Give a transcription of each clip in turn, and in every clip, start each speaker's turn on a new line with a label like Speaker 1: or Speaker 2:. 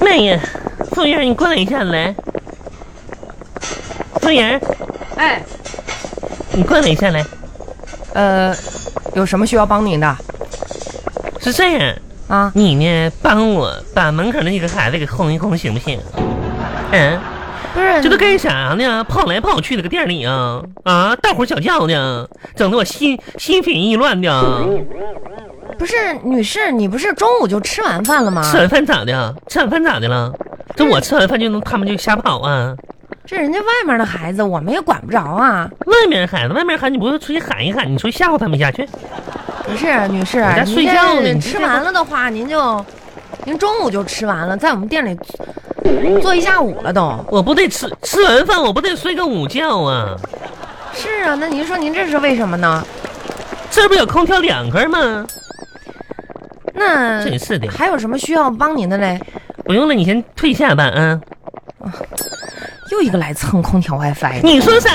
Speaker 1: 来呀！凤英儿，你过来一下来。凤英儿，
Speaker 2: 哎，
Speaker 1: 你过来一下来。
Speaker 2: 呃，有什么需要帮您的
Speaker 1: 是这样，
Speaker 2: 啊？
Speaker 1: 你呢帮我把门口那几个孩子给轰一轰，行不行？嗯，
Speaker 2: 不是
Speaker 1: 这都干啥呢？跑来跑去的搁店里啊啊，大呼小叫的，整得我心心烦意乱的。
Speaker 2: 不是女士，你不是中午就吃完饭了吗？
Speaker 1: 吃完饭咋的？吃完饭咋的了？这我吃完饭就能他们就瞎跑啊？
Speaker 2: 这人家外面的孩子，我们也管不着啊。
Speaker 1: 外面孩子，外面孩子，你不是出去喊一喊，你出去吓唬他们一下去？
Speaker 2: 不是女士
Speaker 1: 在，
Speaker 2: 您
Speaker 1: 睡
Speaker 2: 这
Speaker 1: 觉呢你
Speaker 2: 吃
Speaker 1: 这
Speaker 2: 完了的话，您就您中午就吃完了，在我们店里坐一下午了都。
Speaker 1: 我不得吃吃完饭，我不得睡个午觉啊？
Speaker 2: 是啊，那您说您这是为什么呢？
Speaker 1: 这不有空调两根吗？
Speaker 2: 那
Speaker 1: 真是的，
Speaker 2: 还有什么需要帮您的嘞？
Speaker 1: 不用了，你先退下吧啊！
Speaker 2: 又一个来蹭空调 WiFi 的
Speaker 1: 你说啥？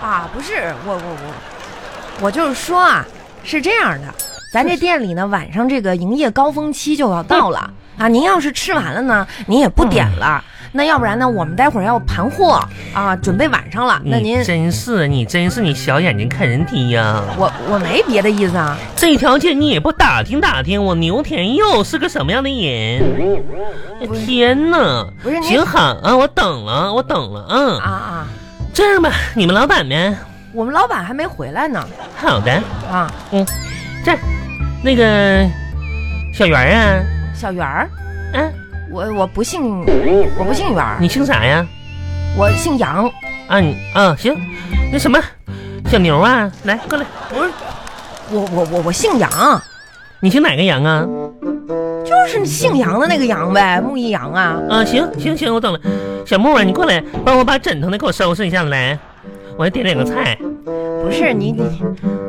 Speaker 2: 啊！不是我我我，我就是说啊，是这样的，咱这店里呢，晚上这个营业高峰期就要到了啊。您要是吃完了呢，您也不点了，那要不然呢，我们待会儿要盘货啊，准备晚上了。那您
Speaker 1: 你真嗯是你真是你小眼睛看人低呀、
Speaker 2: 我我没别的意思啊，
Speaker 1: 这条街你也不打听打听，我牛天佑是个什么样的人？天哪！
Speaker 2: 不是您
Speaker 1: 行好啊，我等了，我等了，嗯，
Speaker 2: 啊啊，
Speaker 1: 这样吧，你们老板呢？
Speaker 2: 我们老板还没回来呢
Speaker 1: 好的，
Speaker 2: 啊，
Speaker 1: 这样那个小圆儿啊，
Speaker 2: 小圆儿，
Speaker 1: 嗯、
Speaker 2: 我我不姓我不姓圆儿，
Speaker 1: 你姓啥呀？
Speaker 2: 我姓杨，
Speaker 1: 啊，你啊，行，那什么，小牛啊，来过来，
Speaker 2: 我我我我姓杨。
Speaker 1: 你姓哪个羊啊？
Speaker 2: 就是姓杨的那个杨呗，木易杨啊。
Speaker 1: 啊，行行行，我懂了。小木啊，你过来帮我把枕头那给我收拾一下来，我还点两个菜。
Speaker 2: 不是你你，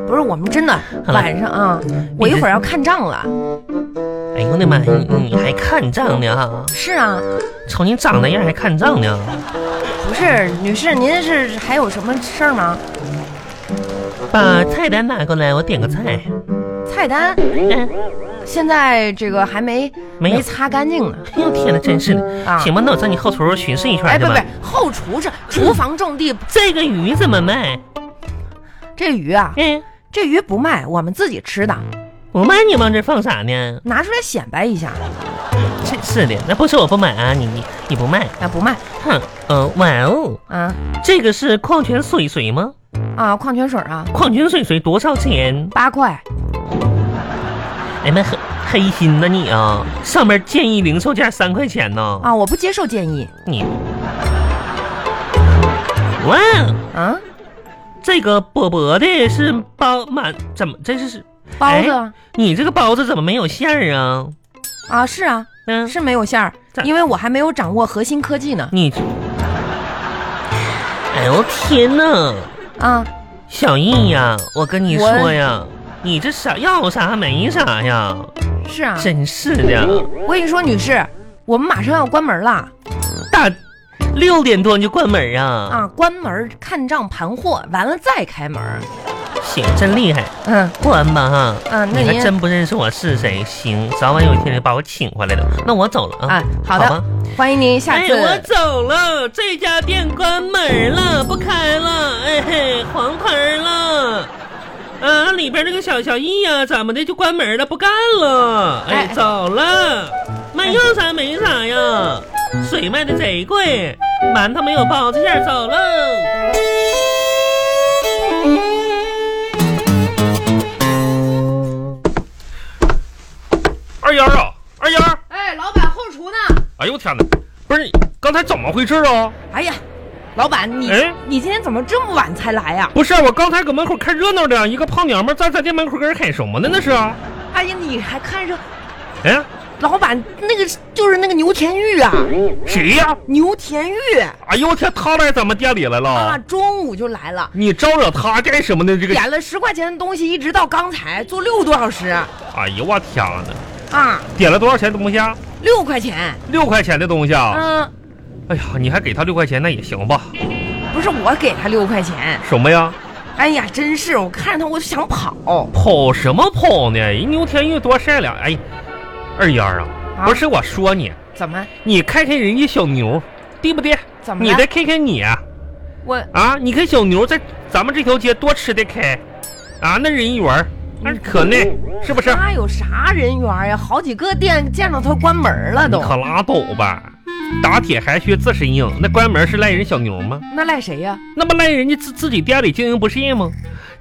Speaker 2: 不是我们真的
Speaker 1: 好了嗯
Speaker 2: 晚上啊，我一会儿要看账了。
Speaker 1: 哎呦我的妈呀，你你还看账呢啊？
Speaker 2: 是啊，
Speaker 1: 瞅你长那样还看账呢？啊
Speaker 2: 不是女士，您是还有什么事儿吗？
Speaker 1: 把菜单拿过来，我点个菜。
Speaker 2: 菜单
Speaker 1: 嗯，
Speaker 2: 现在这个还没
Speaker 1: 没有
Speaker 2: 擦干净呢
Speaker 1: 哎呦天哪，真是的。
Speaker 2: 啊。
Speaker 1: 行吧，那我上你后厨巡视一圈
Speaker 2: 哎，
Speaker 1: 去
Speaker 2: 不
Speaker 1: 吧。
Speaker 2: 不，后 厨是厨房种地，
Speaker 1: 这个鱼怎么卖？
Speaker 2: 这鱼啊，
Speaker 1: 嗯，
Speaker 2: 这鱼不卖，我们自己吃的，
Speaker 1: 不卖你往这放啥呢？
Speaker 2: 拿出来显摆一下。
Speaker 1: 真是的，那不是我不买啊，你你你不卖，
Speaker 2: 啊，不卖
Speaker 1: 哼，嗯，哇哦。
Speaker 2: 啊
Speaker 1: 这个是矿泉水水吗？
Speaker 2: 啊，矿泉水啊，
Speaker 1: 矿泉水水多少钱？
Speaker 2: 八块。
Speaker 1: 哎妈，黑黑心呐你啊！上面建议零售价三块钱呢。
Speaker 2: 啊，我不接受建议
Speaker 1: 你，哇，
Speaker 2: 啊，
Speaker 1: 这个薄薄的是包满怎么？这是
Speaker 2: 包子。
Speaker 1: 哎你这个包子怎么没有馅儿啊？
Speaker 2: 啊，是啊，
Speaker 1: 嗯，
Speaker 2: 是没有馅儿
Speaker 1: 咋，
Speaker 2: 因为我还没有掌握核心科技呢。
Speaker 1: 你这，哎呦天呐，
Speaker 2: 啊，
Speaker 1: 小易呀，我跟你
Speaker 2: 我
Speaker 1: 说呀，你这啥要啥没啥呀，
Speaker 2: 是啊，
Speaker 1: 真是的。
Speaker 2: 我跟你说，女士，我们马上要关门了
Speaker 1: 大六点多你就关门啊？
Speaker 2: 啊，关门看账盘货，完了再开门。
Speaker 1: 行，真厉害，
Speaker 2: 嗯，
Speaker 1: 关吧哈。
Speaker 2: 嗯那
Speaker 1: 你还
Speaker 2: 您
Speaker 1: 真不认识我是谁？行，早晚有一天就把我请回来的。那我走了啊。
Speaker 2: 啊，好的，
Speaker 1: 吧
Speaker 2: 欢迎您下
Speaker 1: 哎，
Speaker 2: 次。
Speaker 1: 我走了，这家店关门了，不开了，哎嘿，黄牌了。啊，里边那个小小易呀、怎么的就关门了，不干了。哎，
Speaker 2: 哎
Speaker 1: 走了，卖要啥没啥呀，水卖的贼贵，馒头没有包子馅儿，走喽。
Speaker 3: 二丫啊，二丫，
Speaker 2: 哎，老板，后厨呢？
Speaker 3: 哎呦我天哪，不是你刚才怎么回事啊？
Speaker 2: 哎呀，老板，你、
Speaker 3: 哎
Speaker 2: 你今天怎么这么晚才来啊呀、
Speaker 3: 不是，啊我刚才搁门口看热闹的，一个胖娘们在咱店门口跟人喊什么呢？那是啊，
Speaker 2: 哎呀，你还看着
Speaker 3: 哎，
Speaker 2: 老板那个就是那个牛田玉啊，
Speaker 3: 谁呀、
Speaker 2: 牛田玉
Speaker 3: 哎呦我天，他来咱们店里来了，
Speaker 2: 啊，中午就来了。
Speaker 3: 你招惹他干什么呢？这个，
Speaker 2: 点了十块钱的东西，一直到刚才做六个多小时
Speaker 3: 哎呦我天哪，
Speaker 2: 啊，
Speaker 3: 点了多少钱东西啊？
Speaker 2: 六块钱。
Speaker 3: 六块钱的东西啊？
Speaker 2: 嗯，
Speaker 3: 哎呀，你还给他六块钱，那也行吧？
Speaker 2: 不是我给他六块钱，
Speaker 3: 什么呀？
Speaker 2: 哎呀，真是我看着他我就想跑。
Speaker 3: 跑什么跑呢？人牛天玉多晒俩，哎，二丫啊，
Speaker 2: 啊
Speaker 3: 不是我说你，
Speaker 2: 怎么
Speaker 3: 你开开人家小牛，对不对？
Speaker 2: 怎么了
Speaker 3: 你再开开你啊
Speaker 2: 我
Speaker 3: 啊！你跟小牛在咱们这条街多吃的开，啊，那人缘儿
Speaker 2: 嗯
Speaker 3: 那可那是不是？
Speaker 2: 那有啥人缘呀？好几个店见着他关门了都
Speaker 3: 你，可拉倒吧！打铁还需自身硬，那关门是赖人小牛吗？
Speaker 2: 那赖谁呀？
Speaker 3: 那不赖人家自自己店里经营不善吗？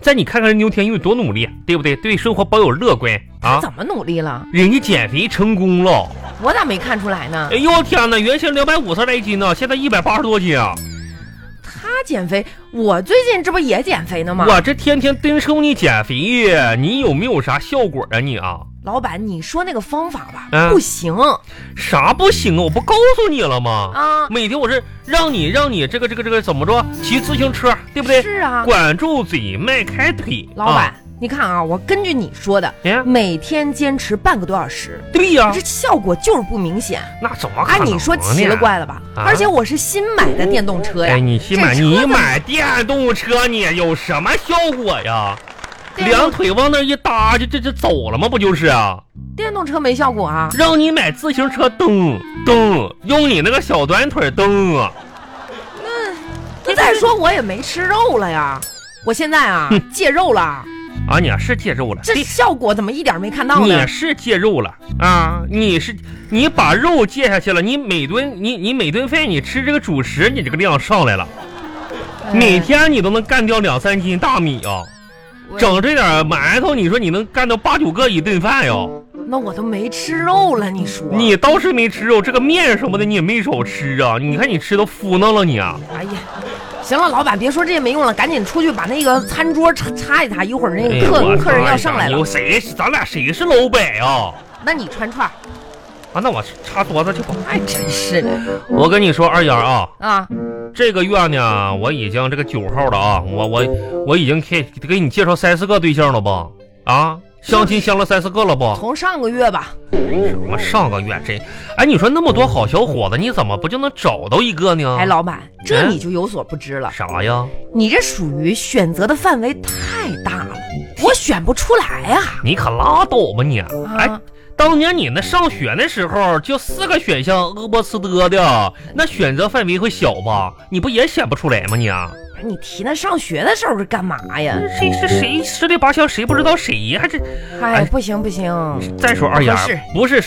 Speaker 3: 再你看看人牛天佑多努力，对不对？对生活保有乐观
Speaker 2: 他
Speaker 3: 啊！
Speaker 2: 怎么努力了？
Speaker 3: 人家减肥成功了，
Speaker 2: 我咋没看出来呢
Speaker 3: 哎？呦我天哪！原先两百五十来斤呢，现在一百八十多斤啊！
Speaker 2: 他减肥，我最近这不也减肥呢吗？
Speaker 3: 我这天天蹲着你减肥，你有没有啥效果啊你啊？
Speaker 2: 老板，你说那个方法吧，
Speaker 3: 嗯
Speaker 2: 不行
Speaker 3: 啥不行啊？我不告诉你了吗？
Speaker 2: 啊。
Speaker 3: 每天我是让你让你这个这个这个怎么着骑自行车，对不对？
Speaker 2: 是啊，
Speaker 3: 管住嘴，迈开腿。
Speaker 2: 老板，，你看啊，我根据你说的，
Speaker 3: 哎、
Speaker 2: 每天坚持半个多小时，
Speaker 3: 对呀、
Speaker 2: 可是效果就是不明显。
Speaker 3: 那怎么可
Speaker 2: 哎，
Speaker 3: 啊能呢？
Speaker 2: 你说奇了怪了吧？
Speaker 3: 啊
Speaker 2: 而且我是新买的电动车呀，
Speaker 3: 哎，你新买
Speaker 2: 这车
Speaker 3: 你
Speaker 2: 怎么
Speaker 3: 买电动车，你有什么效果呀？
Speaker 2: 电动
Speaker 3: 两腿往那一搭，就这这走了吗？不就是啊？
Speaker 2: 电动车没效果啊？
Speaker 3: 让你买自行车蹬蹬，用你那个小短腿蹬啊！
Speaker 2: 那再说我也没吃肉了呀，我现在啊戒肉了，
Speaker 3: 啊，你啊是戒肉了，
Speaker 2: 这
Speaker 3: 对
Speaker 2: 效果怎么一点没看到呢
Speaker 3: 你？是戒肉了啊！你是你把肉戒下去了，你每顿你你每顿饭你吃这个主食，你这个量上来了，
Speaker 2: 哎
Speaker 3: 每天你都能干掉两三斤大米啊！
Speaker 2: 我
Speaker 3: 整这点馒头，你说你能干掉八九个一顿饭哟？
Speaker 2: 那我都没吃肉了，你说
Speaker 3: 你倒是没吃肉，这个面什么的你也没少吃啊！你看你吃都敷弄了你啊！
Speaker 2: 哎呀，行了，老板，别说这些没用了，赶紧出去把那个餐桌擦擦一擦，一会儿那
Speaker 3: 哎
Speaker 2: 个
Speaker 3: 呀
Speaker 2: 客
Speaker 3: 我
Speaker 2: 客人
Speaker 3: 操
Speaker 2: 要上来
Speaker 3: 有
Speaker 2: 了。
Speaker 3: 谁？咱俩谁是老板啊？
Speaker 2: 那你穿串儿，
Speaker 3: 啊，那我擦桌子去吧。
Speaker 2: 哎，真是的
Speaker 3: 我跟你说，二丫啊，
Speaker 2: 啊！
Speaker 3: 这个月呢，我已经这个九号了啊，我我我已经给给你介绍三四个对象了吧？啊，相亲相了三四个了吧？
Speaker 2: 从上个月吧，
Speaker 3: 什么上个月真？哎，你说那么多好小伙子，你怎么不就能找到一个呢
Speaker 2: 哎，？老板，这
Speaker 3: 嗯
Speaker 2: 你就有所不知了，
Speaker 3: 啥呀？
Speaker 2: 你这属于选择的范围太大了，
Speaker 3: 嗯
Speaker 2: 我选不出来啊！
Speaker 3: 你可拉倒吧你！哎，
Speaker 2: 啊，
Speaker 3: 当年你那上学的时候，就四个选项嘚啵呲嘚的，那选择范围会小吧？你不也选不出来吗你、啊？
Speaker 2: 不是你提那上学的时候是干嘛呀？
Speaker 3: 谁是
Speaker 2: 嗯
Speaker 3: 谁十里八乡谁不知道谁呀？这
Speaker 2: 哎，
Speaker 3: 哎
Speaker 2: 不行不行，
Speaker 3: 再说二
Speaker 2: 嗯
Speaker 3: 丫
Speaker 2: 不合适，
Speaker 3: 不是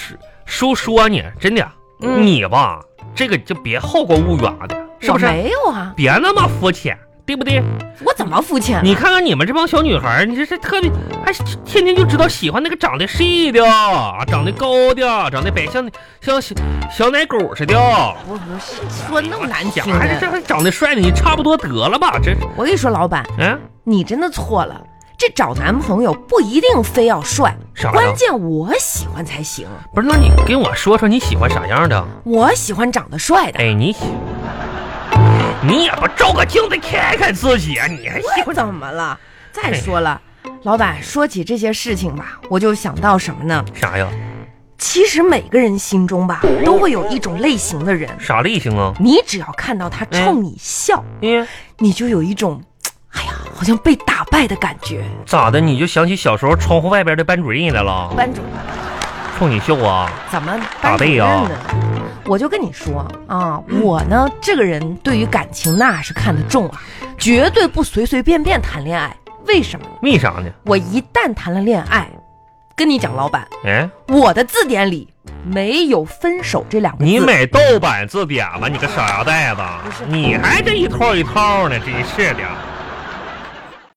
Speaker 3: 说说说你，真的，
Speaker 2: 嗯
Speaker 3: 你吧，这个就别好高骛远的，是
Speaker 2: 我
Speaker 3: 不是？
Speaker 2: 没有啊，
Speaker 3: 别那么肤浅，对不对？
Speaker 2: 我怎么肤浅了？
Speaker 3: 你看看你们这帮小女孩儿，你这是特别，还是天天就知道喜欢那个长得细的，啊长得高的，长得白像像小小奶狗似的。
Speaker 2: 不不是说那么难听
Speaker 3: 讲，哎还是这
Speaker 2: 嗯的。
Speaker 3: 还长得帅的，你差不多得了吧？这是，
Speaker 2: 我跟你说，老板，
Speaker 3: 嗯，
Speaker 2: 你真的错了。这找男朋友不一定非要帅，
Speaker 3: 啥呀
Speaker 2: 关键我喜欢才行。
Speaker 3: 不是，那你跟我说说你喜欢啥样的？
Speaker 2: 我喜欢长得帅的。
Speaker 3: 哎，你喜，你也不照个镜子看看自己啊？你还喜
Speaker 2: 我
Speaker 3: 欢？
Speaker 2: 怎么了？
Speaker 3: 哎
Speaker 2: 再说了，老板，说起这些事情吧，我就想到什么呢？
Speaker 3: 啥呀？
Speaker 2: 其实每个人心中吧，都会有一种类型的人，
Speaker 3: 啥类型啊？
Speaker 2: 你只要看到他冲你笑，
Speaker 3: 嗯，
Speaker 2: 你就有一种，哎呀，好像被打败的感觉。
Speaker 3: 咋的？你就想起小时候窗户外边的班主任来了，
Speaker 2: 班主
Speaker 3: 冲你笑啊？
Speaker 2: 怎么
Speaker 3: 打
Speaker 2: 班主
Speaker 3: 背
Speaker 2: 任
Speaker 3: 啊
Speaker 2: 呢？我就跟你说啊，我呢这个人对于感情那是看得重啊，绝对不随随便便谈恋爱。为什么呢？
Speaker 3: 为啥呢？
Speaker 2: 我一旦谈了恋爱，跟你讲，老板，
Speaker 3: 哎，
Speaker 2: 我的字典里没有分手这两个字。
Speaker 3: 你买盗版字典吧，你个傻丫蛋子！你还这一套一套呢，真是的。